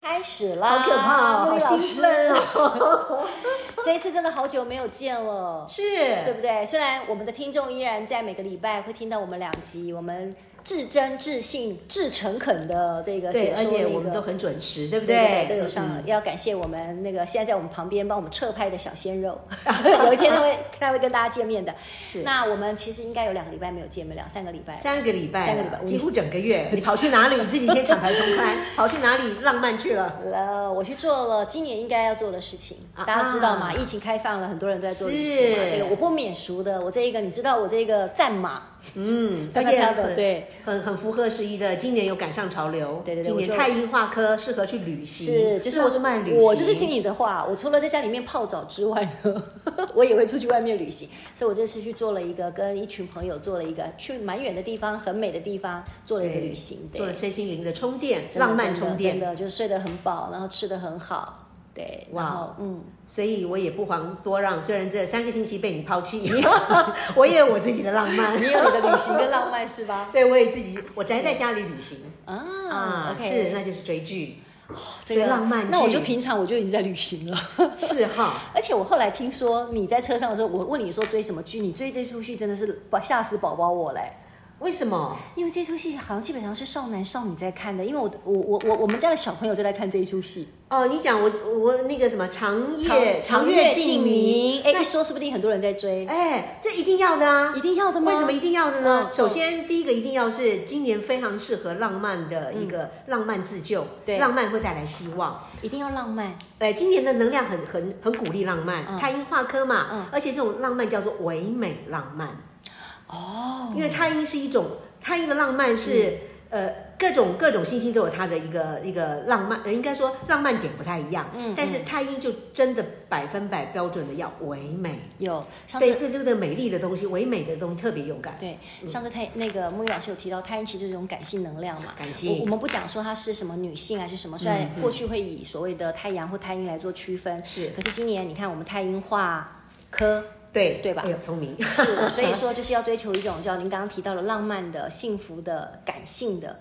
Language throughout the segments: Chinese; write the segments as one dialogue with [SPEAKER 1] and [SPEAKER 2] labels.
[SPEAKER 1] 开始啦！
[SPEAKER 2] 好可怕哦
[SPEAKER 1] 陆毅
[SPEAKER 2] 好
[SPEAKER 1] 啊老
[SPEAKER 2] 兴
[SPEAKER 1] 师
[SPEAKER 2] 奋
[SPEAKER 1] 哦！这一次真的好久没有见了，
[SPEAKER 2] 是，
[SPEAKER 1] 对不对？虽然我们的听众依然在每个礼拜会听到我们两集，我们至真、至信、至诚恳的这个
[SPEAKER 2] 对，
[SPEAKER 1] 解说
[SPEAKER 2] 而
[SPEAKER 1] 那
[SPEAKER 2] 且
[SPEAKER 1] 个。
[SPEAKER 2] 我们都很准时，对不
[SPEAKER 1] 对对对，都
[SPEAKER 2] 对，嗯
[SPEAKER 1] 有上了。要感谢我们那个现在在我们旁边帮我们撤拍的小鲜 肉，有一天他会他会跟大家见面的。
[SPEAKER 2] 是
[SPEAKER 1] 那我们其实应该有两个礼拜没有见面，两三个礼拜。
[SPEAKER 2] 三个礼拜，
[SPEAKER 1] 三个礼拜
[SPEAKER 2] 几
[SPEAKER 1] 我
[SPEAKER 2] 乎
[SPEAKER 1] 们
[SPEAKER 2] 整个月。你跑去 哪里？你自己先坦白从宽，跑去哪里浪漫去了？
[SPEAKER 1] 呃，我去做了今年应该要做的事情，
[SPEAKER 2] 啊
[SPEAKER 1] 大家知道吗？
[SPEAKER 2] 啊
[SPEAKER 1] 疫情开放了，很多人都在做旅行嘛。
[SPEAKER 2] 是
[SPEAKER 1] 这个我不免俗的，我这一个你知道，我这个战马，
[SPEAKER 2] 嗯，
[SPEAKER 1] 飘
[SPEAKER 2] 而
[SPEAKER 1] 飘
[SPEAKER 2] 且
[SPEAKER 1] 飘
[SPEAKER 2] 很
[SPEAKER 1] 的，对，
[SPEAKER 2] 很很符合时宜的。今年有赶上潮流，
[SPEAKER 1] 对对对
[SPEAKER 2] 今年
[SPEAKER 1] 我就
[SPEAKER 2] 太阴化科适合去旅行，
[SPEAKER 1] 是，就是我
[SPEAKER 2] 浪漫旅行。
[SPEAKER 1] 我就是听你的话，我除了在家里面泡澡之外呢， 我也会出去外面旅行。所以我这次去做了一个跟一群朋友做了一个去蛮远的地方，很美的地方做了一个旅行，
[SPEAKER 2] 做了
[SPEAKER 1] 对，
[SPEAKER 2] 身心灵的充电，
[SPEAKER 1] 真的
[SPEAKER 2] 浪漫
[SPEAKER 1] 真的
[SPEAKER 2] 充电
[SPEAKER 1] 真。的就睡得很饱，然后吃得很好，对，
[SPEAKER 2] 哇哦
[SPEAKER 1] 然后嗯，
[SPEAKER 2] 所以我也不遑多让，虽然这三个星期被你抛弃， 我也有我自己的浪 漫。
[SPEAKER 1] 你有你的旅行跟浪漫是 吧？
[SPEAKER 2] 对，我也自己，我宅在家里旅行嗯
[SPEAKER 1] 啊，OK，
[SPEAKER 2] 是，那就是 追剧，
[SPEAKER 1] 这个
[SPEAKER 2] 最浪漫剧
[SPEAKER 1] 那我就平常我就已经在旅行 了。
[SPEAKER 2] 是哈。
[SPEAKER 1] 而且我后来听说你在车上的时候，我问你说追什么剧，你追这出戏真的是把吓死宝宝我嘞。
[SPEAKER 2] 为什么？
[SPEAKER 1] 因为这出戏好像基本上是少男少女在看的，因为我我我我我们家的小朋友就在看这一出戏，
[SPEAKER 2] 哦，你讲我我那个什么长夜烬
[SPEAKER 1] 哎，一说说不定很多人在追，
[SPEAKER 2] 哎，这一定要的啊
[SPEAKER 1] 一！定要的吗？
[SPEAKER 2] 为什么一定要的呢？
[SPEAKER 1] 嗯
[SPEAKER 2] 首先，第一个一定要是今年非常适合浪漫的一个浪漫自救，
[SPEAKER 1] 嗯对
[SPEAKER 2] 浪漫会带来希望。
[SPEAKER 1] 一定要浪漫？
[SPEAKER 2] 哎，今年的能量很很很鼓励浪漫，
[SPEAKER 1] 嗯
[SPEAKER 2] 太阴化科嘛，
[SPEAKER 1] 嗯
[SPEAKER 2] 而且这种浪漫叫做唯美浪漫。哦，因为太阴是一种太阴的浪漫
[SPEAKER 1] 嗯
[SPEAKER 2] 是、呃各种各种星星都有它的一个一个浪漫，呃应该说浪漫点不太一样。
[SPEAKER 1] 嗯
[SPEAKER 2] 但是太阴就真的百分百标准的要唯美，
[SPEAKER 1] 有上
[SPEAKER 2] 对
[SPEAKER 1] 次
[SPEAKER 2] 对对对，美丽的东西，唯美的东西特别有感。
[SPEAKER 1] 对上次太那个木鱼老师有提到，太阴其实就是一种感性能量嘛，
[SPEAKER 2] 感性嗯
[SPEAKER 1] 我我们不讲说它是什么女性还是什么，虽然过去会以所谓的太阳或太阴来做区分，
[SPEAKER 2] 是
[SPEAKER 1] 可是今年你看我们太阴化科。
[SPEAKER 2] 对
[SPEAKER 1] 对吧
[SPEAKER 2] 哎呦，聪明。
[SPEAKER 1] 是，所以说就是要追求一种叫您刚刚提到的浪漫的、幸福的、感性的，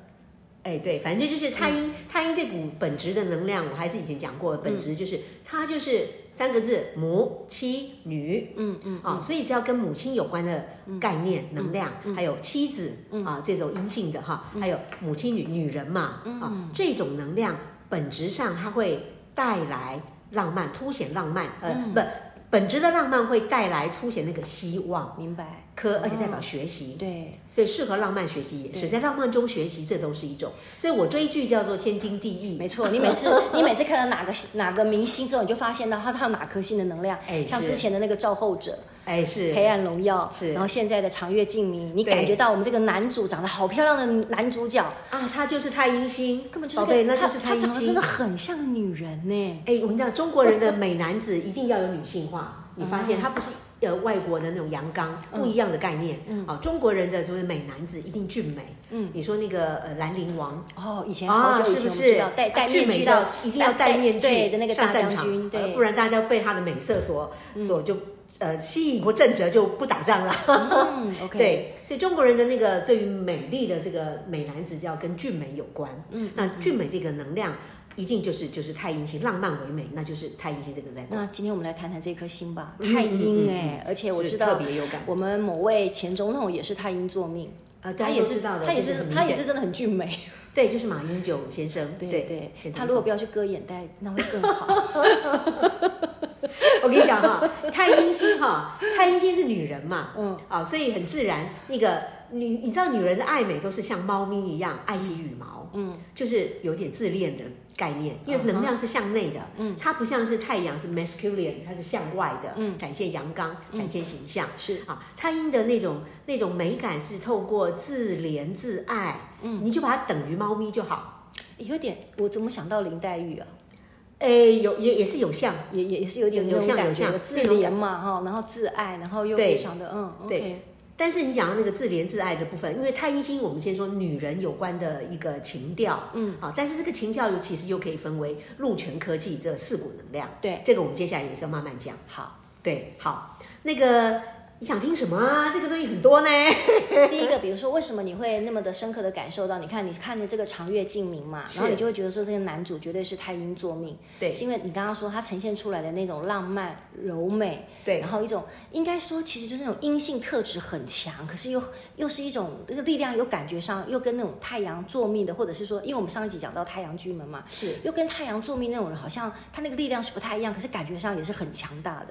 [SPEAKER 2] 哎，对，反正就是太阴，太阴这股本质的能量，我还是以前讲过，本质就是、它就是三个字母妻女
[SPEAKER 1] 嗯嗯
[SPEAKER 2] 啊、所以只要跟母亲有关的概念、能量，还有妻子、啊这种阴性的哈，还有母亲女女人嘛、啊，这种能量本质上它会带来浪漫，凸显浪漫，呃、不。本质的浪漫会带来凸显那个希望，
[SPEAKER 1] 明白？
[SPEAKER 2] 科而且代表学习，
[SPEAKER 1] 对，
[SPEAKER 2] 所以适合浪漫学习，也是在浪漫中学习，这都是一种。所以我追剧叫做天经地义，
[SPEAKER 1] 没错。你每次 你每次看到哪个哪个明星之后，你就发现到他他有哪颗星的能量，
[SPEAKER 2] 哎
[SPEAKER 1] 像
[SPEAKER 2] 是
[SPEAKER 1] 之前的那个赵后者、
[SPEAKER 2] 哎，是
[SPEAKER 1] 黑暗荣耀，
[SPEAKER 2] 是
[SPEAKER 1] 然后现在的长月烬明，你
[SPEAKER 2] 对
[SPEAKER 1] 感觉到我们这个男主长得好漂亮的男主角，
[SPEAKER 2] 啊，他就是太阴星，
[SPEAKER 1] 根本就是
[SPEAKER 2] 宝
[SPEAKER 1] 个
[SPEAKER 2] 贝，那就是
[SPEAKER 1] 他他
[SPEAKER 2] 太阴
[SPEAKER 1] 长得真的
[SPEAKER 2] 星。
[SPEAKER 1] 很像个女人呢。
[SPEAKER 2] 哎，我们讲中国人的美男子一定要有女性化，你发
[SPEAKER 1] 嗯
[SPEAKER 2] 现他不是呃外国的那种阳刚，不一样的概念。
[SPEAKER 1] 嗯
[SPEAKER 2] 啊，中国人的所谓美男子一定俊美。嗯，你说那个呃兰陵王，
[SPEAKER 1] 哦，以前
[SPEAKER 2] 啊，
[SPEAKER 1] 好久以前
[SPEAKER 2] 是
[SPEAKER 1] 我
[SPEAKER 2] 不
[SPEAKER 1] 们知
[SPEAKER 2] 是
[SPEAKER 1] 道戴戴
[SPEAKER 2] 俊
[SPEAKER 1] 面
[SPEAKER 2] 美
[SPEAKER 1] 具
[SPEAKER 2] 到
[SPEAKER 1] 到
[SPEAKER 2] 一定要戴面具
[SPEAKER 1] 对的那个大
[SPEAKER 2] 上战
[SPEAKER 1] 将
[SPEAKER 2] 场
[SPEAKER 1] 军，
[SPEAKER 2] 呃
[SPEAKER 1] 对，
[SPEAKER 2] 不然大家被他的美色所所就呃吸引或震慑，就不打仗了。
[SPEAKER 1] 嗯，OK，
[SPEAKER 2] 对，所以中国人的那个对于美丽的这个美男子，叫跟俊美有关。嗯，那俊美这个能量，一定就是就是太阴性，浪漫唯美，那就是太阴性这个在
[SPEAKER 1] 那今天我们来谈谈这颗星吧，
[SPEAKER 2] 嗯
[SPEAKER 1] 太阴哎、而且我知
[SPEAKER 2] 是
[SPEAKER 1] 道
[SPEAKER 2] 特别有感
[SPEAKER 1] 我们某位前总统也是太阴座命，
[SPEAKER 2] 啊，大
[SPEAKER 1] 呃他
[SPEAKER 2] 家
[SPEAKER 1] 也
[SPEAKER 2] 都
[SPEAKER 1] 是
[SPEAKER 2] 知道的，
[SPEAKER 1] 他也
[SPEAKER 2] 这个
[SPEAKER 1] 是
[SPEAKER 2] 很明
[SPEAKER 1] 他也
[SPEAKER 2] 显
[SPEAKER 1] 是真的很俊美，
[SPEAKER 2] 对，就是马英九先生，
[SPEAKER 1] 对
[SPEAKER 2] 先，生
[SPEAKER 1] 他如果不要去割眼袋，那会更 好。
[SPEAKER 2] 我跟你讲哈，太阴星哈，太阴星是女人嘛，
[SPEAKER 1] 嗯
[SPEAKER 2] 嗯，啊，所以很自然，那个女，你知道女人的爱美都是像猫咪一样爱惜羽毛，
[SPEAKER 1] 嗯
[SPEAKER 2] 嗯，就是有点自恋的概念，因为能量是向内的，嗯，它不像是太阳是 masculine，它是向外的，嗯，展现阳刚，展现形象，
[SPEAKER 1] 是
[SPEAKER 2] 啊，太阴的那种那种美感是透过自怜自爱，嗯，你就把它等于猫咪就好。
[SPEAKER 1] 哎、有点，我怎么想到林黛玉啊？
[SPEAKER 2] 哎，有也也是有像，
[SPEAKER 1] 也也也是有点
[SPEAKER 2] 有
[SPEAKER 1] 那种
[SPEAKER 2] 像
[SPEAKER 1] 感
[SPEAKER 2] 有
[SPEAKER 1] 觉，
[SPEAKER 2] 像
[SPEAKER 1] 自怜嘛哈，然后自爱，然后又
[SPEAKER 2] 对
[SPEAKER 1] 非常的嗯
[SPEAKER 2] 对
[SPEAKER 1] OK，
[SPEAKER 2] 但是你讲到那个自怜自爱的部分，因为太阴星，我们先说女人有关的一个情调，嗯，好，但是这个情调又其实又可以分为禄权科技这四股能量，
[SPEAKER 1] 对，
[SPEAKER 2] 这个我们接下来也是要慢慢讲。
[SPEAKER 1] 好。
[SPEAKER 2] 对，好，那个你想听什么啊？这个东西很多呢。
[SPEAKER 1] 第一个，比如说，为什么你会那么的深刻的感受到？你看，你看着这个长月烬明嘛，
[SPEAKER 2] 是
[SPEAKER 1] 然后你就会觉得说，这个男主绝对是太阴作命。
[SPEAKER 2] 对
[SPEAKER 1] 是因为你刚刚说他呈现出来的那种浪漫、柔美，
[SPEAKER 2] 对
[SPEAKER 1] 然后一种应该说其实就是那种阴性特质很强，可是又又是一种那个力量，又感觉上又跟那种太阳作命的，或者是说，因为我们上一集讲到太阳巨门嘛，
[SPEAKER 2] 是
[SPEAKER 1] 又跟太阳作命那种人好像他那个力量是不太一样，可是感觉上也是很强大的。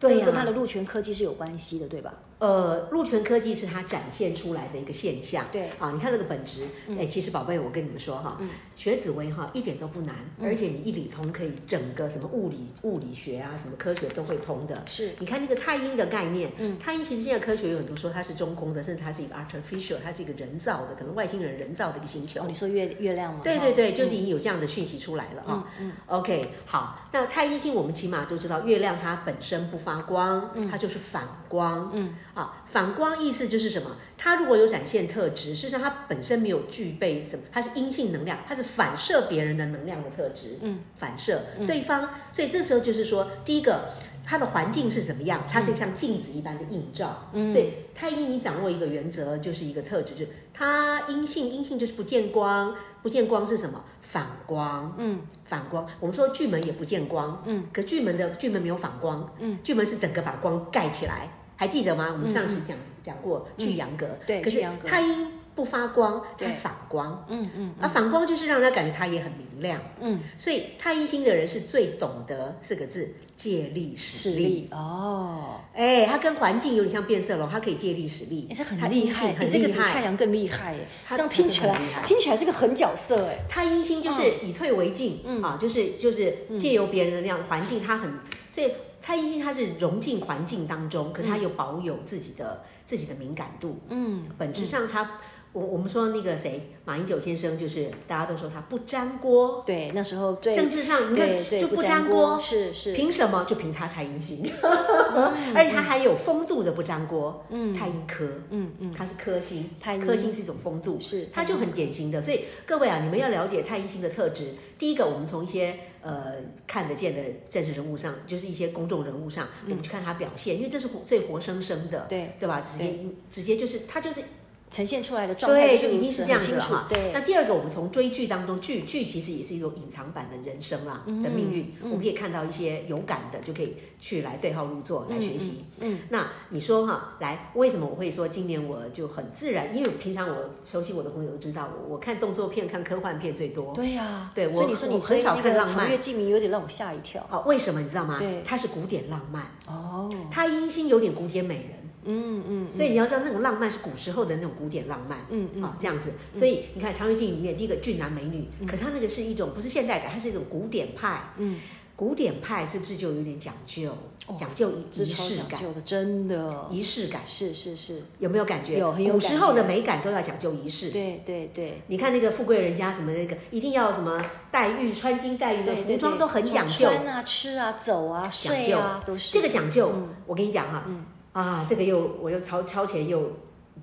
[SPEAKER 2] 对
[SPEAKER 1] 这
[SPEAKER 2] 呀
[SPEAKER 1] 个跟他的鹿泉科技是有关系的，对吧？
[SPEAKER 2] 呃，鹿泉科技是它展现出来的一个现象。
[SPEAKER 1] 对
[SPEAKER 2] 啊，你看那个本质，哎、其实宝贝，我跟你们说哈，学紫薇哈一点都不难，而且你一理通，可以整个什么物理物理学啊，什么科学都会通的。
[SPEAKER 1] 是
[SPEAKER 2] 你看那个太阴的概念，太阴其实现在科学有很多说它是中空的，甚至它是一个 artificial，它是一个人造的，可能外星人人造的一个星球。
[SPEAKER 1] 哦，你说月月亮吗？哦嗯
[SPEAKER 2] 对
[SPEAKER 1] 哈
[SPEAKER 2] 对对，就是已经有这样的讯息出来了啊、OK，好，那太阴星我们起码都知道，月亮它本身不发光，它就是反光。嗯，啊，反光意思就是什么？它如果有展现特质，事实上它本身没有具备什么，它是阴性能量，它是反射别人的能量的特质。嗯，反射对方，所以这时候就是说，第一个。它的环境是怎么样？它是像镜子一般的映照，嗯、所以太阴你掌握一个原则，就是一个特质，就是它阴性，阴性就是不见光，不见光是什么？反光，嗯，反光。我们说巨门也不见光，嗯，可巨门的巨门没有反光，嗯，巨门是整个把光盖起来，还记得吗？我们上次讲、讲过巨阳阁，
[SPEAKER 1] 嗯对
[SPEAKER 2] 可
[SPEAKER 1] 巨
[SPEAKER 2] 是
[SPEAKER 1] 阳阁
[SPEAKER 2] 太阴不发光，它
[SPEAKER 1] 对
[SPEAKER 2] 反光，
[SPEAKER 1] 嗯嗯，
[SPEAKER 2] 啊，反光就是让人家感觉它也很明亮，嗯，所以太阴星的人是最懂得四个字借力使
[SPEAKER 1] 实
[SPEAKER 2] 力。
[SPEAKER 1] 力哦，
[SPEAKER 2] 哎，它跟环境有点像变色龙，它可以借力使力，
[SPEAKER 1] 也是哎很
[SPEAKER 2] 它
[SPEAKER 1] 厉
[SPEAKER 2] 阴性
[SPEAKER 1] 害，
[SPEAKER 2] 很
[SPEAKER 1] 你这个
[SPEAKER 2] 厉
[SPEAKER 1] 比太
[SPEAKER 2] 害。
[SPEAKER 1] 阳更厉害耶！
[SPEAKER 2] 他
[SPEAKER 1] 这样听起来
[SPEAKER 2] 他真的很厉害
[SPEAKER 1] 听起来是个狠角色哎，
[SPEAKER 2] 它阴性就是以退为进，啊，就是就是借由别人的那样环境，它很，所以它阴性它是融进环境当中，可是它又保有自己的、自己的敏感度，嗯，本质上它，我我们说那个谁，马英九先生，就是大家都说他不沾锅，
[SPEAKER 1] 对，那时候最
[SPEAKER 2] 政治上你
[SPEAKER 1] 对
[SPEAKER 2] 看
[SPEAKER 1] 最
[SPEAKER 2] 就不
[SPEAKER 1] 粘
[SPEAKER 2] 沾锅，
[SPEAKER 1] 是是，
[SPEAKER 2] 凭什么就凭他才阴性？ 而且他还有风度的不粘锅，嗯，太阴科，嗯嗯，他是科星，
[SPEAKER 1] 太阴
[SPEAKER 2] 科星是一种风度，
[SPEAKER 1] 是
[SPEAKER 2] 他就很典型的。所以各位啊，你们要了解太阴星的特质，第一个我们从一些呃看得见的政治人物上，就是一些公众人物上，我们去看他表现，因为这是活最活生生的，
[SPEAKER 1] 嗯对
[SPEAKER 2] 对吧？直接直接就是他就是
[SPEAKER 1] 呈现出来的状态
[SPEAKER 2] 对，
[SPEAKER 1] 就
[SPEAKER 2] 就已
[SPEAKER 1] 如
[SPEAKER 2] 经
[SPEAKER 1] 此
[SPEAKER 2] 是这样子
[SPEAKER 1] 很
[SPEAKER 2] 了
[SPEAKER 1] 清楚
[SPEAKER 2] 哈。
[SPEAKER 1] 对
[SPEAKER 2] 那，第二个，我们从追剧当中，剧剧其实也是一种隐藏版的人生啦、的命
[SPEAKER 1] 嗯
[SPEAKER 2] 运，我们可以看到一些有感的，就可以去来对号入座来学习。嗯，那你说哈，来，为什么我会说今年我就很自然？因为平常我熟悉我的朋友都知道，我我看动作片、看科幻片最多。
[SPEAKER 1] 对呀，
[SPEAKER 2] 对我
[SPEAKER 1] 所以你说你
[SPEAKER 2] 我很
[SPEAKER 1] 追
[SPEAKER 2] 少
[SPEAKER 1] 那
[SPEAKER 2] 看
[SPEAKER 1] 个
[SPEAKER 2] 浪漫
[SPEAKER 1] 长月烬明有点让我吓一跳
[SPEAKER 2] 哦好，为什么你知道吗
[SPEAKER 1] 对？
[SPEAKER 2] 它是古典浪漫，
[SPEAKER 1] 哦，
[SPEAKER 2] 它阴星有点古典美人。嗯嗯，所以你要知道那种浪漫是古时候的那种古典浪漫，嗯嗯，啊、这样子。所以你看《长月烬》里面第一个俊男美女，
[SPEAKER 1] 嗯
[SPEAKER 2] 可是他那个是一种不是现代感，它是一种古典派，嗯，古典派是不是就有点讲究，讲究仪
[SPEAKER 1] 这
[SPEAKER 2] 仪
[SPEAKER 1] 哦超
[SPEAKER 2] 式
[SPEAKER 1] 讲
[SPEAKER 2] 感，
[SPEAKER 1] 究的，真的，
[SPEAKER 2] 仪式感
[SPEAKER 1] 是是是，
[SPEAKER 2] 有没有感觉？
[SPEAKER 1] 有很有
[SPEAKER 2] 古
[SPEAKER 1] 感
[SPEAKER 2] 时候的
[SPEAKER 1] 觉
[SPEAKER 2] 美感都要讲究仪式，
[SPEAKER 1] 对对对，
[SPEAKER 2] 你看那个富贵人家什么那个，一定要什么黛玉、穿金戴玉的
[SPEAKER 1] 对
[SPEAKER 2] 服装都很讲究，
[SPEAKER 1] 穿啊、吃啊、走啊、
[SPEAKER 2] 讲
[SPEAKER 1] 睡
[SPEAKER 2] 究
[SPEAKER 1] 啊，都是嗯
[SPEAKER 2] 这个讲究。我跟你讲哈，啊，这个又我又超超前又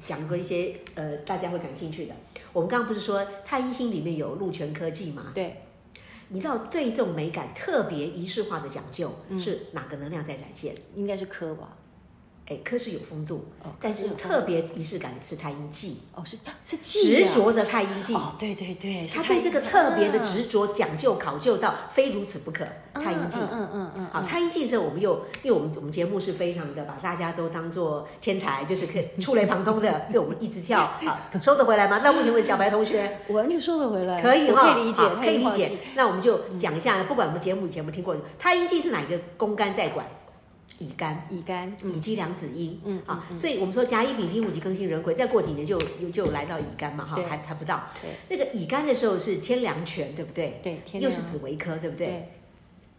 [SPEAKER 2] 讲过一些呃大家会感兴趣的。我们刚刚不是说太一星里面有鹿泉科技吗？
[SPEAKER 1] 对，
[SPEAKER 2] 你知道对这种美感特别仪式化的讲究
[SPEAKER 1] 嗯
[SPEAKER 2] 是哪个能量在展现？
[SPEAKER 1] 应该是科吧？
[SPEAKER 2] 哎，科是有风度，
[SPEAKER 1] 哦科
[SPEAKER 2] 但是
[SPEAKER 1] 是有风
[SPEAKER 2] 特别仪式感是太阴记，
[SPEAKER 1] 哦，是是烬
[SPEAKER 2] 执
[SPEAKER 1] 啊
[SPEAKER 2] 着的太阴记。
[SPEAKER 1] 哦，对对对，嗯
[SPEAKER 2] 他对这个特别的
[SPEAKER 1] 执
[SPEAKER 2] 执着、讲究、考究到非如此不可，太阴记。
[SPEAKER 1] 嗯嗯嗯
[SPEAKER 2] 好，蔡英记者，我们又因为我们我们节目是非常的把大家都当做天才，就是可以触类旁通的，所以我们一直跳啊，收得回来吗？那目前为止，小白 同学
[SPEAKER 1] 嗯，完全说得回来，
[SPEAKER 2] 可以
[SPEAKER 1] 我
[SPEAKER 2] 哈，
[SPEAKER 1] 可以理解
[SPEAKER 2] 好，可以
[SPEAKER 1] 太
[SPEAKER 2] 理
[SPEAKER 1] 忘
[SPEAKER 2] 解
[SPEAKER 1] 记。
[SPEAKER 2] 那我们就讲一下，不管我们节目以前有没有听过，太阴记是哪一个宫干在管？乙干。
[SPEAKER 1] 乙肝，
[SPEAKER 2] 乙基两子阴，
[SPEAKER 1] 嗯
[SPEAKER 2] 嗯啊，所以我们说甲乙丙丁戊己庚辛壬癸，再过几年就有就有来到乙干嘛哈
[SPEAKER 1] 对，
[SPEAKER 2] 还还不到。
[SPEAKER 1] 对
[SPEAKER 2] 那个乙干的时候是天良权，对不对？
[SPEAKER 1] 对，天
[SPEAKER 2] 又
[SPEAKER 1] 亮
[SPEAKER 2] 是紫薇科，对不对？
[SPEAKER 1] 对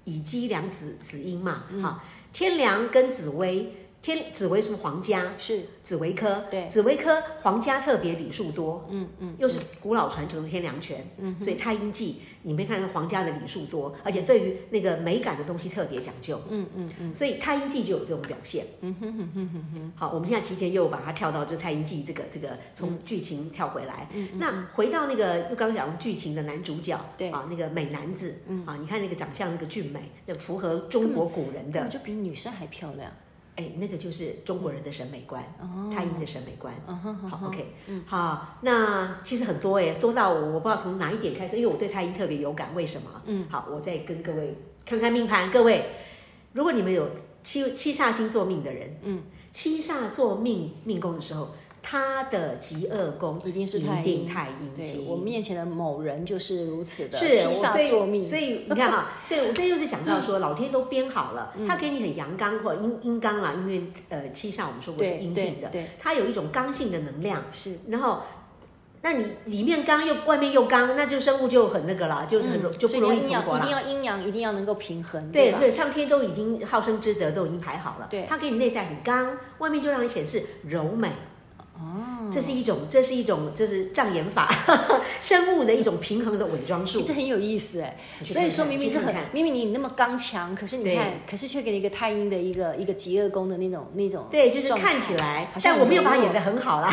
[SPEAKER 2] 以鸡梁子子音嘛，哈、天梁跟紫薇天紫薇是皇家，
[SPEAKER 1] 是，
[SPEAKER 2] 紫薇科，
[SPEAKER 1] 对
[SPEAKER 2] 紫薇科皇家特别礼数多，嗯嗯，又是古老传承的天良权，嗯，所以蔡英记你没看到皇家的礼数多，而且对于那个美感的东西特别讲究，嗯嗯嗯，所以蔡英记就有这种表现，嗯哼哼哼哼好，我们现在提前又把它跳到就蔡英记这个这个从剧情跳回来，那回到那个又刚刚讲剧情的男主角，
[SPEAKER 1] 对
[SPEAKER 2] 啊，那个美男子，啊，你看那个长相那个俊美，那符合中国古人的
[SPEAKER 1] 根本就比女生还漂亮。
[SPEAKER 2] 哎，那个就是中国人的审美观，
[SPEAKER 1] 哦
[SPEAKER 2] 太阴的审美观。
[SPEAKER 1] 嗯哼哼
[SPEAKER 2] 好
[SPEAKER 1] 哼
[SPEAKER 2] ，OK，好，那其实很多哎，多到我我不知道从哪一点开始，因为我对蔡英特别有感，为什么？嗯，好，我再跟各位看看命盘，各位，如果你们有七七煞星座命的人，嗯，七煞座命命宫的时候，他的极恶宫
[SPEAKER 1] 一定是
[SPEAKER 2] 一
[SPEAKER 1] 太阴
[SPEAKER 2] 定太阴
[SPEAKER 1] 对
[SPEAKER 2] 星，
[SPEAKER 1] 我面前的某人就是如此的
[SPEAKER 2] 是，
[SPEAKER 1] 七
[SPEAKER 2] 我所
[SPEAKER 1] 煞
[SPEAKER 2] 以
[SPEAKER 1] 作命，嗯
[SPEAKER 2] 所以你看哈，所以我这又是讲到说，老天都编好了，他给你很阳刚或阴阴刚啦，因为呃七煞我们说过是
[SPEAKER 1] 对
[SPEAKER 2] 阴
[SPEAKER 1] 对
[SPEAKER 2] 性的，
[SPEAKER 1] 对，
[SPEAKER 2] 它有一种刚性的能量，
[SPEAKER 1] 是
[SPEAKER 2] 然后。那你里面刚又外面又刚，那就生物就很那个了，就是很容、就不容易
[SPEAKER 1] 嗯所以
[SPEAKER 2] 存
[SPEAKER 1] 要阴
[SPEAKER 2] 活
[SPEAKER 1] 阳一
[SPEAKER 2] 了
[SPEAKER 1] 定。要阴阳，一定要能够平衡，
[SPEAKER 2] 对，
[SPEAKER 1] 吧
[SPEAKER 2] 所？以上天都已经好生之责都已经排好了，
[SPEAKER 1] 对
[SPEAKER 2] 他给你内在很刚，外面就让你显示柔美。哦，这是一种，这是一种，这是障眼法， 生物的一种平衡的伪装术
[SPEAKER 1] 诶。这很有意思哎，
[SPEAKER 2] 你去
[SPEAKER 1] 所以
[SPEAKER 2] 看
[SPEAKER 1] 说
[SPEAKER 2] 看
[SPEAKER 1] 明
[SPEAKER 2] 去
[SPEAKER 1] 明是
[SPEAKER 2] 看
[SPEAKER 1] 很
[SPEAKER 2] 看
[SPEAKER 1] 明明你那么刚强，可是你
[SPEAKER 2] 对
[SPEAKER 1] 看，可是却给你一个太阴的一个一个极恶宫的那种那种，
[SPEAKER 2] 对，就是看起来
[SPEAKER 1] 好，像
[SPEAKER 2] 但我没有把它
[SPEAKER 1] 很
[SPEAKER 2] 演得很好啦。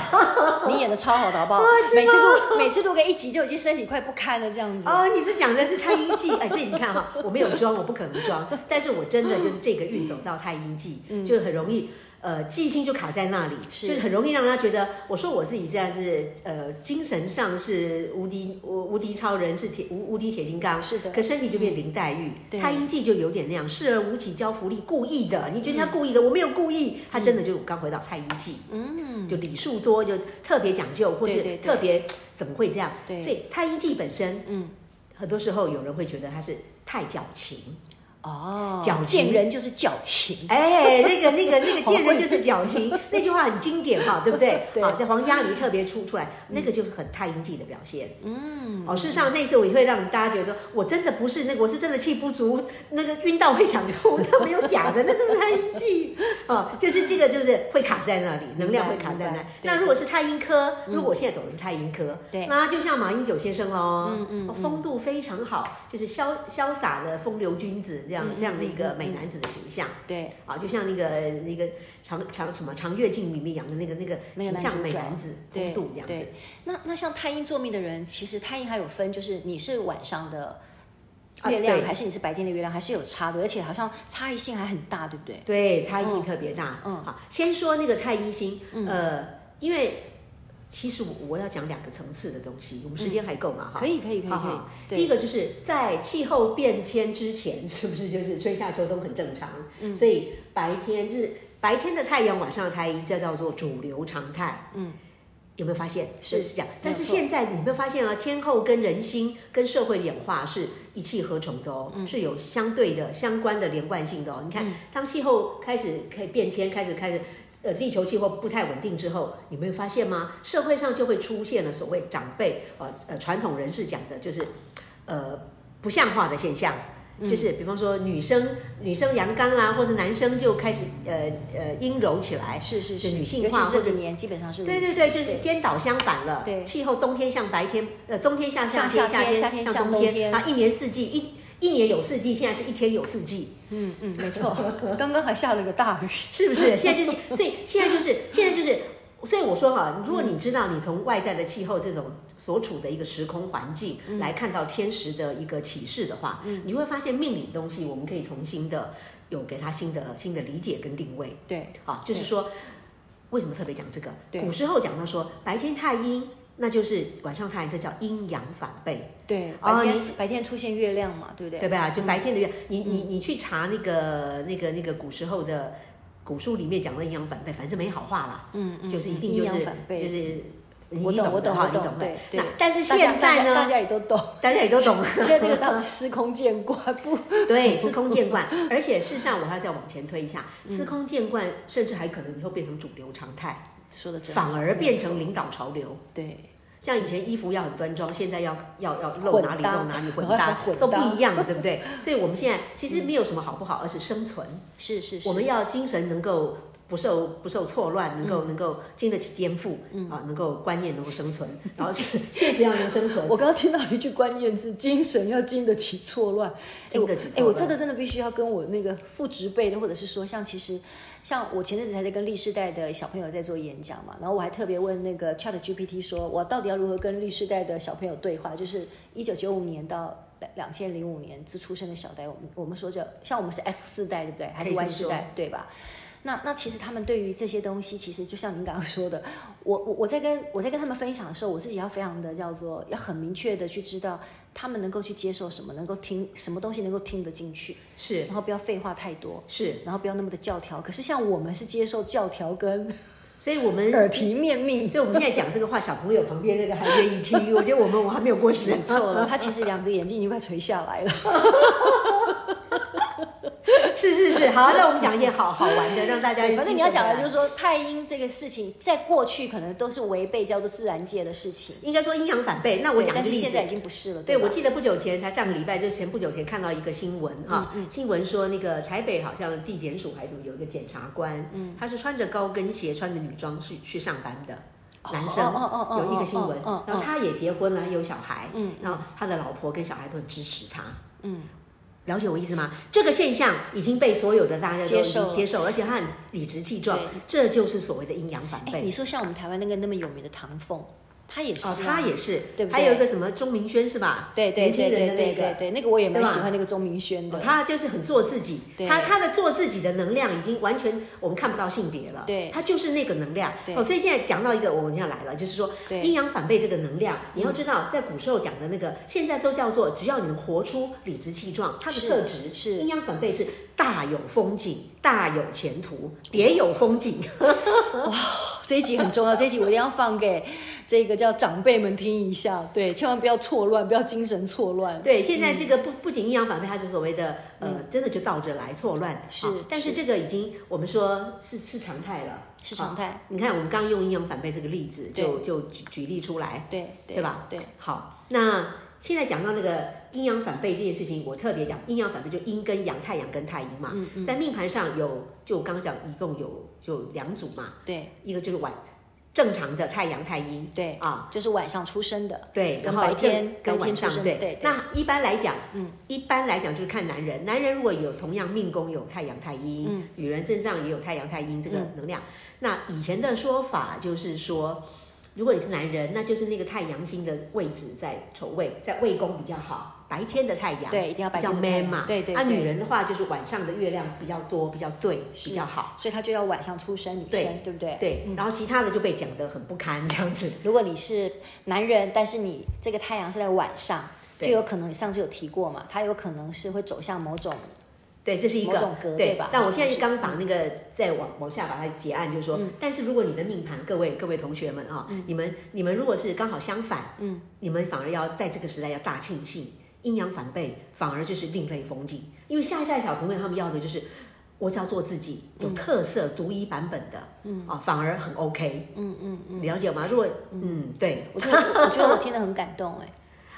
[SPEAKER 1] 你演的超好的好不好？
[SPEAKER 2] 哦
[SPEAKER 1] 每次录每次录个一集就已经身体快不堪了这样子，
[SPEAKER 2] 哦，你是讲的是太阴 记，哎，这你看哈，我没有装，我不可能装，但是我真的就是这个运走到太阴记，就很容易。呃，记性就卡在那里，
[SPEAKER 1] 嗯是
[SPEAKER 2] 就是很容易让他觉得，我说我自己现在是呃，精神上是无敌无无敌超人，是铁无无敌铁金刚，
[SPEAKER 1] 是的
[SPEAKER 2] 可身体就变林黛玉，
[SPEAKER 1] 对
[SPEAKER 2] 太阴记就有点那样，视而无己，交福利，故意的，你觉得他故意的，我没有故意，他真的就刚回到太阴记，嗯，就礼数多，就特别讲究，或
[SPEAKER 1] 对对对
[SPEAKER 2] 是特别怎么会这样？
[SPEAKER 1] 对
[SPEAKER 2] 所以太阴记本身，
[SPEAKER 1] 嗯
[SPEAKER 2] 嗯，很多时候有人会觉得他是太矫情，
[SPEAKER 1] 哦
[SPEAKER 2] 矫情
[SPEAKER 1] 见人就是矫情，
[SPEAKER 2] 哎，那个那个那个见人就是 矫情，那句话很经典哈，对不对？
[SPEAKER 1] 对
[SPEAKER 2] 好，在皇家里特别出出来，那个就是很太阴记的表现。嗯，哦，事实上那次我也会让大家觉得说，我真的不是那个，我是真的气不足，那个晕到会想吐，那没有假的，那真的太阴记。哦，就是这个就是会卡在那里，能量会卡在
[SPEAKER 1] 明
[SPEAKER 2] 那
[SPEAKER 1] 白
[SPEAKER 2] 里。
[SPEAKER 1] 对
[SPEAKER 2] 那如果是太阴科，如果我现在走的是太阴科，
[SPEAKER 1] 对
[SPEAKER 2] 那就像马英九先生喽，嗯
[SPEAKER 1] 嗯嗯
[SPEAKER 2] 风度非常好，就是潇潇洒的风流君子这样
[SPEAKER 1] 嗯
[SPEAKER 2] 这样的一个美男子的形象。
[SPEAKER 1] 对，
[SPEAKER 2] 啊，就像那个那个长长什么长月烬里面养的那个那个
[SPEAKER 1] 那个
[SPEAKER 2] 形
[SPEAKER 1] 男
[SPEAKER 2] 象
[SPEAKER 1] 主
[SPEAKER 2] 美
[SPEAKER 1] 角
[SPEAKER 2] 男子
[SPEAKER 1] 对
[SPEAKER 2] 风度这样子
[SPEAKER 1] 对，那那像太阴坐命的人，其实太阴还有分，就是你是晚上的
[SPEAKER 2] 啊
[SPEAKER 1] 月亮，
[SPEAKER 2] 对
[SPEAKER 1] 还是你是白天的月亮，还是有差的，而且好像差异性还很大，对不对？
[SPEAKER 2] 对，差异性特别大。
[SPEAKER 1] 嗯
[SPEAKER 2] 好，先说那个蔡依星，呃，因为其实我我要讲两个层次的东西，我们时间还够嘛？哈、
[SPEAKER 1] 嗯可以，可以，可以，
[SPEAKER 2] 好
[SPEAKER 1] 可以
[SPEAKER 2] 好。
[SPEAKER 1] 对
[SPEAKER 2] 第一个就是在气候变迁之前，是不是就是春夏秋冬很正常？
[SPEAKER 1] 嗯
[SPEAKER 2] 所以白天日白天的太阳，晚上的太阴，这叫做主流常态。嗯。有没有发现
[SPEAKER 1] 是
[SPEAKER 2] 是这样？但是
[SPEAKER 1] 没有错
[SPEAKER 2] 现在你有没有发现啊？天后跟人心跟社会演化是一气呵成的哦，
[SPEAKER 1] 嗯
[SPEAKER 2] 是有相对的、相关的连贯性的哦。你看，当气候开始开变迁，开始开始呃地球气候不太稳定之后，你没有发现吗？社会上就会出现了所谓长辈呃呃传统人士讲的就是呃不像话的现象。
[SPEAKER 1] 嗯
[SPEAKER 2] 就是比方说女生女生阳刚啦、或是男生就开始呃呃阴柔起来，
[SPEAKER 1] 是是，
[SPEAKER 2] 就是女性
[SPEAKER 1] 尤其
[SPEAKER 2] 化
[SPEAKER 1] 是
[SPEAKER 2] 或
[SPEAKER 1] 这几
[SPEAKER 2] 者
[SPEAKER 1] 年基本上是
[SPEAKER 2] 对
[SPEAKER 1] 如
[SPEAKER 2] 对
[SPEAKER 1] 此
[SPEAKER 2] 对，就是颠倒相反了。
[SPEAKER 1] 对
[SPEAKER 2] 气候冬天像白天，呃，冬天像夏
[SPEAKER 1] 像
[SPEAKER 2] 天，
[SPEAKER 1] 夏天夏天像
[SPEAKER 2] 像
[SPEAKER 1] 冬
[SPEAKER 2] 冬
[SPEAKER 1] 天
[SPEAKER 2] 天，啊，一年四季一。一年有四季，现在是一天有四季，
[SPEAKER 1] 嗯嗯，没 错，刚刚还下了个大雨，
[SPEAKER 2] 是不是？现在就是，所以现在就是，现在就是，所以我说哈，如果你知道你从外在的气候这种所处的一个时空环境来看到天时的一个启示的话，你就会发现命理的东西，我们可以重新的有给它新的新的理解跟定位。
[SPEAKER 1] 对
[SPEAKER 2] 啊，就是
[SPEAKER 1] 对
[SPEAKER 2] 说，为什么特别讲这个？
[SPEAKER 1] 对
[SPEAKER 2] 古时候讲到说，白天太阴，那就是晚上太阳，这叫阴阳反背，
[SPEAKER 1] 对，
[SPEAKER 2] 哦
[SPEAKER 1] 白天白天出现月亮嘛，对不嗯
[SPEAKER 2] 对
[SPEAKER 1] 对？
[SPEAKER 2] 吧？就白天的月，你你你去查那个那个那个古时候的古书里面讲的阴阳反背，反正没好话啦，
[SPEAKER 1] 嗯嗯，
[SPEAKER 2] 就是一
[SPEAKER 1] 嗯
[SPEAKER 2] 定
[SPEAKER 1] 阴
[SPEAKER 2] 就
[SPEAKER 1] 阳
[SPEAKER 2] 是
[SPEAKER 1] 反背
[SPEAKER 2] 就是。你
[SPEAKER 1] 我
[SPEAKER 2] 你
[SPEAKER 1] 懂我
[SPEAKER 2] 的
[SPEAKER 1] 懂
[SPEAKER 2] 哈
[SPEAKER 1] 我
[SPEAKER 2] 你
[SPEAKER 1] 懂
[SPEAKER 2] 懂的
[SPEAKER 1] 对。对
[SPEAKER 2] 那但是
[SPEAKER 1] 大家
[SPEAKER 2] 现在
[SPEAKER 1] 大家大
[SPEAKER 2] 呢，
[SPEAKER 1] 家也都 懂，
[SPEAKER 2] 大家也都懂了。
[SPEAKER 1] 现在这个当司空见惯，不
[SPEAKER 2] 对，司空见惯。而且事实上，我还要再往前推一下，
[SPEAKER 1] 嗯
[SPEAKER 2] 司空见惯，甚至还可能以后变成主流常态，
[SPEAKER 1] 说的真好，
[SPEAKER 2] 反而变成领导潮流。
[SPEAKER 1] 对。
[SPEAKER 2] 像以前衣服要很端庄，现在要要要露
[SPEAKER 1] 混
[SPEAKER 2] 哪里
[SPEAKER 1] 搭
[SPEAKER 2] 露哪里，混搭
[SPEAKER 1] 混搭
[SPEAKER 2] 都不一样了，对不对？所以我们现在其实没有什么好不好，而是生存，
[SPEAKER 1] 是是是，
[SPEAKER 2] 我们要精神能够。不受不受错
[SPEAKER 1] 嗯
[SPEAKER 2] 乱，能够能够经得起颠覆，啊，能够观念能够生存，然后是确实要能生存
[SPEAKER 1] 我。刚刚听到一句关键字，精神要经得起错乱。哎我
[SPEAKER 2] 经得起错
[SPEAKER 1] 哎，我
[SPEAKER 2] 乱
[SPEAKER 1] 这个真的必须要跟我那个父职辈的，或者是说像其实像我前阵子还在跟历世代的小朋友在做演讲嘛，然后我还特别问那个 Chat GPT 说，我到底要如何跟历世代的小朋友对话？就是一九九五年到。两千零五年之出生的小代，我们我们说叫像我们是 X 世代，对不对？还是
[SPEAKER 2] 可以这
[SPEAKER 1] Y
[SPEAKER 2] 么
[SPEAKER 1] 世
[SPEAKER 2] 说
[SPEAKER 1] 代，对吧？那那其实他们对于这些东西，其实就像您刚刚说的，我我我在跟我在跟他们分享的时候，我自己要非常的叫做要很明确的去知道他们能够去接受什么，能够听什么东西能够听得进去，
[SPEAKER 2] 是
[SPEAKER 1] 然后不要废话太多，
[SPEAKER 2] 是，
[SPEAKER 1] 然后不要那么的教条。可是像我们是接受教条跟
[SPEAKER 2] 所以我们
[SPEAKER 1] 耳提面命，
[SPEAKER 2] 所以我们现在讲这个话，小朋友旁边那个还愿意听，我觉得我们我还没有过 时。
[SPEAKER 1] 错了，啊他其实两个眼睛已经快垂下来了。
[SPEAKER 2] 是是是，好，那我们讲一些好好玩的，让大家
[SPEAKER 1] 对反正你要讲的就是
[SPEAKER 2] 是。
[SPEAKER 1] 说太阴这个事情，在过去可能都是违背叫做自然界的事情，
[SPEAKER 2] 应该说阴阳反背，那我
[SPEAKER 1] 对
[SPEAKER 2] 讲
[SPEAKER 1] 但
[SPEAKER 2] 个
[SPEAKER 1] 是
[SPEAKER 2] 例
[SPEAKER 1] 现
[SPEAKER 2] 子
[SPEAKER 1] 在已。经不是了，
[SPEAKER 2] 对，
[SPEAKER 1] 吧
[SPEAKER 2] 我记得不久前才上个礼拜，就前不久前看到一个新闻啊，
[SPEAKER 1] 嗯
[SPEAKER 2] 新闻说那个台北好像地检署还是什么有一个检察官，
[SPEAKER 1] 嗯
[SPEAKER 2] 他是穿着高跟鞋、穿着女装去去上班的男生，
[SPEAKER 1] 哦哦哦哦
[SPEAKER 2] 有一个新闻，
[SPEAKER 1] 哦哦哦
[SPEAKER 2] 然后他也结婚了，有小孩，
[SPEAKER 1] 嗯
[SPEAKER 2] 然后他的老婆跟小孩都很支持他，
[SPEAKER 1] 嗯，
[SPEAKER 2] 了解我意思吗？这个现象已经被所有的大家都
[SPEAKER 1] 接
[SPEAKER 2] 已经
[SPEAKER 1] 受了
[SPEAKER 2] 接受，而且他很理直气壮
[SPEAKER 1] 对，
[SPEAKER 2] 这就是所谓的阴阳反
[SPEAKER 1] 哎，
[SPEAKER 2] 背
[SPEAKER 1] 你。说像我们台湾那个那么有名的唐凤，他也是、啊
[SPEAKER 2] 哦，他也是，
[SPEAKER 1] 对不对
[SPEAKER 2] 还有一个什么钟明轩是吧？
[SPEAKER 1] 对对
[SPEAKER 2] 年轻
[SPEAKER 1] 对对
[SPEAKER 2] 人的那
[SPEAKER 1] 对
[SPEAKER 2] 个
[SPEAKER 1] 对对，那个我也蛮
[SPEAKER 2] 对吧
[SPEAKER 1] 喜欢那个钟明轩的，
[SPEAKER 2] 他就是很做自己，
[SPEAKER 1] 对
[SPEAKER 2] 他他的做自己的能量已经完全我们看不到性别了，
[SPEAKER 1] 对
[SPEAKER 2] 他就是那个能量。
[SPEAKER 1] 对
[SPEAKER 2] 哦，所以现在讲到一个我们要来了，就是说
[SPEAKER 1] 对嗯
[SPEAKER 2] 阴阳反背这个能量，你要知道，在古时候讲的那个，现在都叫做只要你能活出理直气壮，他的
[SPEAKER 1] 是
[SPEAKER 2] 特质
[SPEAKER 1] 是
[SPEAKER 2] 阴阳反背是大有风景，大有前途，别有风景。
[SPEAKER 1] 这一集很重要，这一集我一定要放给这个叫长辈们听一下，对，千万不要错乱，不要精神错乱，
[SPEAKER 2] 对，现
[SPEAKER 1] 嗯
[SPEAKER 2] 在这个不不仅阴阳反背，它是所谓的呃，真的就倒着来错乱。
[SPEAKER 1] 是
[SPEAKER 2] 啊但是
[SPEAKER 1] 是
[SPEAKER 2] 这个已经我们说是是常态了，
[SPEAKER 1] 是常态
[SPEAKER 2] 啊你看，我们刚刚用阴阳反背这个例子，
[SPEAKER 1] 对
[SPEAKER 2] 就就举举例出来，
[SPEAKER 1] 对
[SPEAKER 2] 对吧？
[SPEAKER 1] 对，
[SPEAKER 2] 好，那现在讲到那个阴阳反背这件事情，我特别讲阴阳反背，就阴跟阳，太阳跟太阴嘛。在命盘上有，就我刚刚讲，一共有就两组嘛，
[SPEAKER 1] 对
[SPEAKER 2] 一个就是晚正常的太阳太阴，
[SPEAKER 1] 对
[SPEAKER 2] 啊，
[SPEAKER 1] 就是晚上出生的，
[SPEAKER 2] 对，
[SPEAKER 1] 跟
[SPEAKER 2] 然后
[SPEAKER 1] 白天白
[SPEAKER 2] 跟
[SPEAKER 1] 天
[SPEAKER 2] 晚上
[SPEAKER 1] 出生
[SPEAKER 2] 对
[SPEAKER 1] 对对
[SPEAKER 2] 那一般来讲，嗯，一般来讲就是看男人，男人如果有同样命宫有太阳太阴，
[SPEAKER 1] 嗯
[SPEAKER 2] 女人身上也有太阳太阴这个能量。那以前的说法就是说，如果你是男人，那就是那个太阳星的位置在丑位，在未宫比较好，白天的太阳
[SPEAKER 1] 对，一定要白
[SPEAKER 2] 比较
[SPEAKER 1] 天的太
[SPEAKER 2] man
[SPEAKER 1] 阳
[SPEAKER 2] 嘛，
[SPEAKER 1] 对对
[SPEAKER 2] 啊，
[SPEAKER 1] 对
[SPEAKER 2] 女人的话就是晚上的月亮比较多，比较对，比较好。
[SPEAKER 1] 所以他就要晚上出生，女
[SPEAKER 2] 对
[SPEAKER 1] 生对不对？嗯
[SPEAKER 2] 对，然后其他的就被讲得很不堪这样子。
[SPEAKER 1] 如果你是男人，但是你这个太阳是在晚上，就
[SPEAKER 2] 对
[SPEAKER 1] 有可能你上次有提过嘛，他有可能是会走向某种
[SPEAKER 2] 对，这是一个
[SPEAKER 1] 某种格对吧
[SPEAKER 2] 但我现在刚把那个再往往下把它结案，就是说，但是如果你的命盘，各位各位同学们啊、你们你们如果是刚好相反，嗯，你们反而要在这个时代要大庆幸，阴阳反背，反而就是另类风景，因为下一代小朋友他们要的就是。我只要做自己，有特色、独一版本的，嗯啊，反而很 OK，嗯嗯嗯，了解吗？如果嗯，对，
[SPEAKER 1] 我觉得我觉得我听得很感动哎、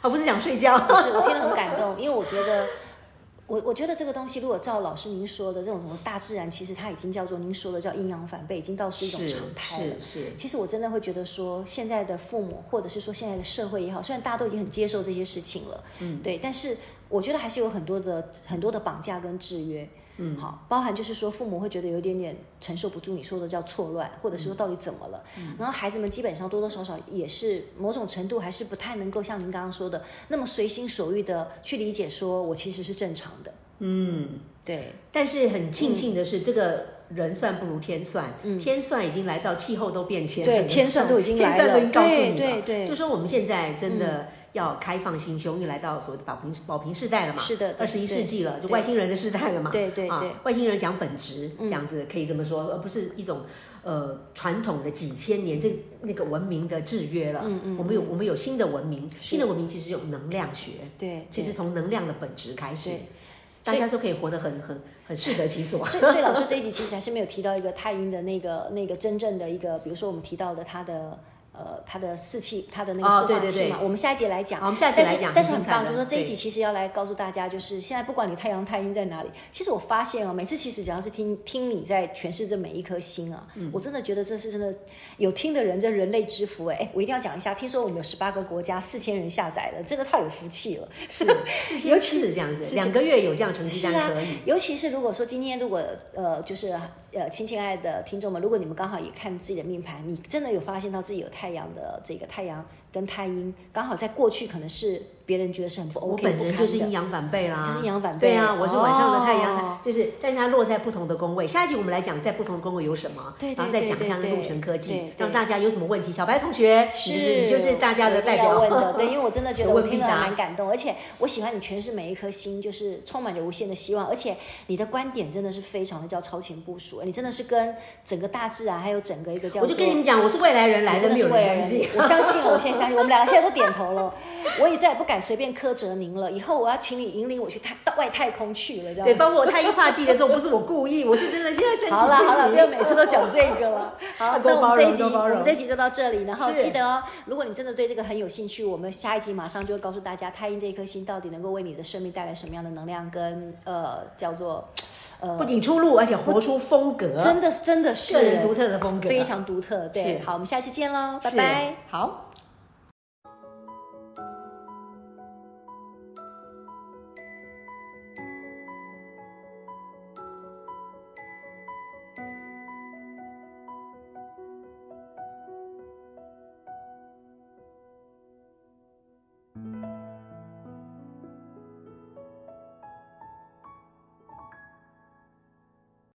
[SPEAKER 2] 啊，不是讲睡觉，
[SPEAKER 1] 不是我听得很感动，因为我觉得。我我觉得这个东西，如果照老师您说的这种什么大自然，其实它已经叫做您说的叫阴阳反背，已经到是一种常态了
[SPEAKER 2] 是。是，
[SPEAKER 1] 其实我真的会觉得说，现在的父母或者是说现在的社会也好，虽然大家都已经很接受这些事情了，嗯，对，但是我觉得还是有很多的很多的绑架跟制约，嗯，好，包含就是说父母会觉得有一点点承受不住你说的叫错乱，或者是说到底怎么了，
[SPEAKER 2] 嗯
[SPEAKER 1] 然后孩子们基本上多多少少也是某种程度还是不太能够像您刚刚说的那么随心所欲的去理解，说我其实是正常的，
[SPEAKER 2] 嗯。
[SPEAKER 1] 对，
[SPEAKER 2] 但是很庆幸的是，这个人算不如天算，天算已经来到气候都变迁
[SPEAKER 1] 嗯
[SPEAKER 2] 了，
[SPEAKER 1] 对
[SPEAKER 2] 你
[SPEAKER 1] 天算都已经来了
[SPEAKER 2] 天算都已经告诉你了，
[SPEAKER 1] 对对对嗯
[SPEAKER 2] 就说我们现在真的要开放心胸，因为来到所谓的宝瓶宝瓶世代了嘛，
[SPEAKER 1] 是的对
[SPEAKER 2] 二十一
[SPEAKER 1] 对
[SPEAKER 2] 世纪了，就
[SPEAKER 1] 对
[SPEAKER 2] 外星人的世代了嘛，
[SPEAKER 1] 对对
[SPEAKER 2] 啊
[SPEAKER 1] 对嗯
[SPEAKER 2] 外星人讲本质，这样子可以这么说，而不是一种。呃，传统的几千年这那个文明的制约了，嗯嗯，我们有我们有新的文明，新的文明其实有能量学，
[SPEAKER 1] 对，
[SPEAKER 2] 其实从能量的本质开始
[SPEAKER 1] 对，
[SPEAKER 2] 大家都可以活得很很很适得其所。
[SPEAKER 1] 所以，所以老 师这一集其实还是没有提到一个太阴的那个那个真正的一个，比如说我们提到的他的呃它的四气它的那个
[SPEAKER 2] 哦
[SPEAKER 1] 四
[SPEAKER 2] 对
[SPEAKER 1] 化
[SPEAKER 2] 对
[SPEAKER 1] 气
[SPEAKER 2] 对
[SPEAKER 1] 嘛。我们下一节来讲，
[SPEAKER 2] 好我们下一节
[SPEAKER 1] 但是
[SPEAKER 2] 来讲
[SPEAKER 1] 但是
[SPEAKER 2] 很
[SPEAKER 1] 很
[SPEAKER 2] 精彩
[SPEAKER 1] 棒，
[SPEAKER 2] 的
[SPEAKER 1] 就是说这一
[SPEAKER 2] 对
[SPEAKER 1] 集其实要来告诉大家，就是现在不管你太阳太阴在哪里，其实我发现啊，每次其实只要是听听你在诠释这每一颗星啊，
[SPEAKER 2] 嗯
[SPEAKER 1] 我真的觉得这是真的有听的人，这人类之福哎、哎我一定要讲一下，听说我们有十八个国家四千人下载了，真的太有福气了。
[SPEAKER 2] 是四千次这样子，两个月有这样成绩
[SPEAKER 1] 是
[SPEAKER 2] 单
[SPEAKER 1] 啊
[SPEAKER 2] 可以。，
[SPEAKER 1] 尤其是如果说今天如果呃，就是呃，亲亲爱的听众们，如果你们刚好也看自己的命盘，你真的有发现到自己有太阳的这个太阳跟太阴，刚好在过去可能是别人觉得是很不
[SPEAKER 2] 我
[SPEAKER 1] OK
[SPEAKER 2] 本
[SPEAKER 1] 不
[SPEAKER 2] 人
[SPEAKER 1] 堪
[SPEAKER 2] 就是
[SPEAKER 1] 的
[SPEAKER 2] 阴阳反背啦，
[SPEAKER 1] 就是阴阳反
[SPEAKER 2] 对啊，
[SPEAKER 1] 背
[SPEAKER 2] 我是晚上的太阳，
[SPEAKER 1] 哦
[SPEAKER 2] 就是，但是它落在不同的宫位。下一集我们来讲在不同的宫位有什么，
[SPEAKER 1] 对对
[SPEAKER 2] 然后再讲一下那
[SPEAKER 1] 对对
[SPEAKER 2] 个陆泉科
[SPEAKER 1] 对
[SPEAKER 2] 技
[SPEAKER 1] 对，
[SPEAKER 2] 让大家有什么问题，小白同学，你就是你就是大家的代
[SPEAKER 1] 我
[SPEAKER 2] 表
[SPEAKER 1] 一定要问的，对，因为我真的觉得
[SPEAKER 2] 有
[SPEAKER 1] 我
[SPEAKER 2] 问
[SPEAKER 1] 听
[SPEAKER 2] 必
[SPEAKER 1] 了
[SPEAKER 2] 答
[SPEAKER 1] 蛮感动，而且我喜欢你诠释每一颗心，就是充满着无限的希望，而且你的观点真的是非常的叫超前部署，你真的是跟整个大自然还有整个一个叫
[SPEAKER 2] 我
[SPEAKER 1] 做
[SPEAKER 2] 就跟你们讲，我是未来人来的，
[SPEAKER 1] 真的
[SPEAKER 2] 没
[SPEAKER 1] 是
[SPEAKER 2] 有
[SPEAKER 1] 为
[SPEAKER 2] 人
[SPEAKER 1] 了
[SPEAKER 2] 相信。
[SPEAKER 1] 我相信了，我现在相信，我们两个现在都点头了。我也再也不敢随便苛责您了，以后我要请你引领我去太到外太空去了，这
[SPEAKER 2] 对，
[SPEAKER 1] 样。
[SPEAKER 2] 包括我太医化忌的时候，不是我故意，我是真的现在生气。
[SPEAKER 1] 好啦好啦，不
[SPEAKER 2] 不
[SPEAKER 1] 要
[SPEAKER 2] 要
[SPEAKER 1] 每次都讲这个 了。好，
[SPEAKER 2] 多
[SPEAKER 1] 那我们这一集
[SPEAKER 2] 包容多
[SPEAKER 1] 我
[SPEAKER 2] 包容
[SPEAKER 1] 们这一集就到这里，然后
[SPEAKER 2] 是
[SPEAKER 1] 记得哦，如果你真的对这个很有兴趣，我们下一集马上就会告诉大家太阴这一颗星到底能够为你的生命带来什么样的能量跟呃叫做呃
[SPEAKER 2] 不仅出路，而且活出风格，
[SPEAKER 1] 真的真的是
[SPEAKER 2] 啊个人独特的风格，
[SPEAKER 1] 非常独特。对，
[SPEAKER 2] 是
[SPEAKER 1] 好，我们下期见喽，拜
[SPEAKER 2] 是
[SPEAKER 1] 拜。
[SPEAKER 2] 好。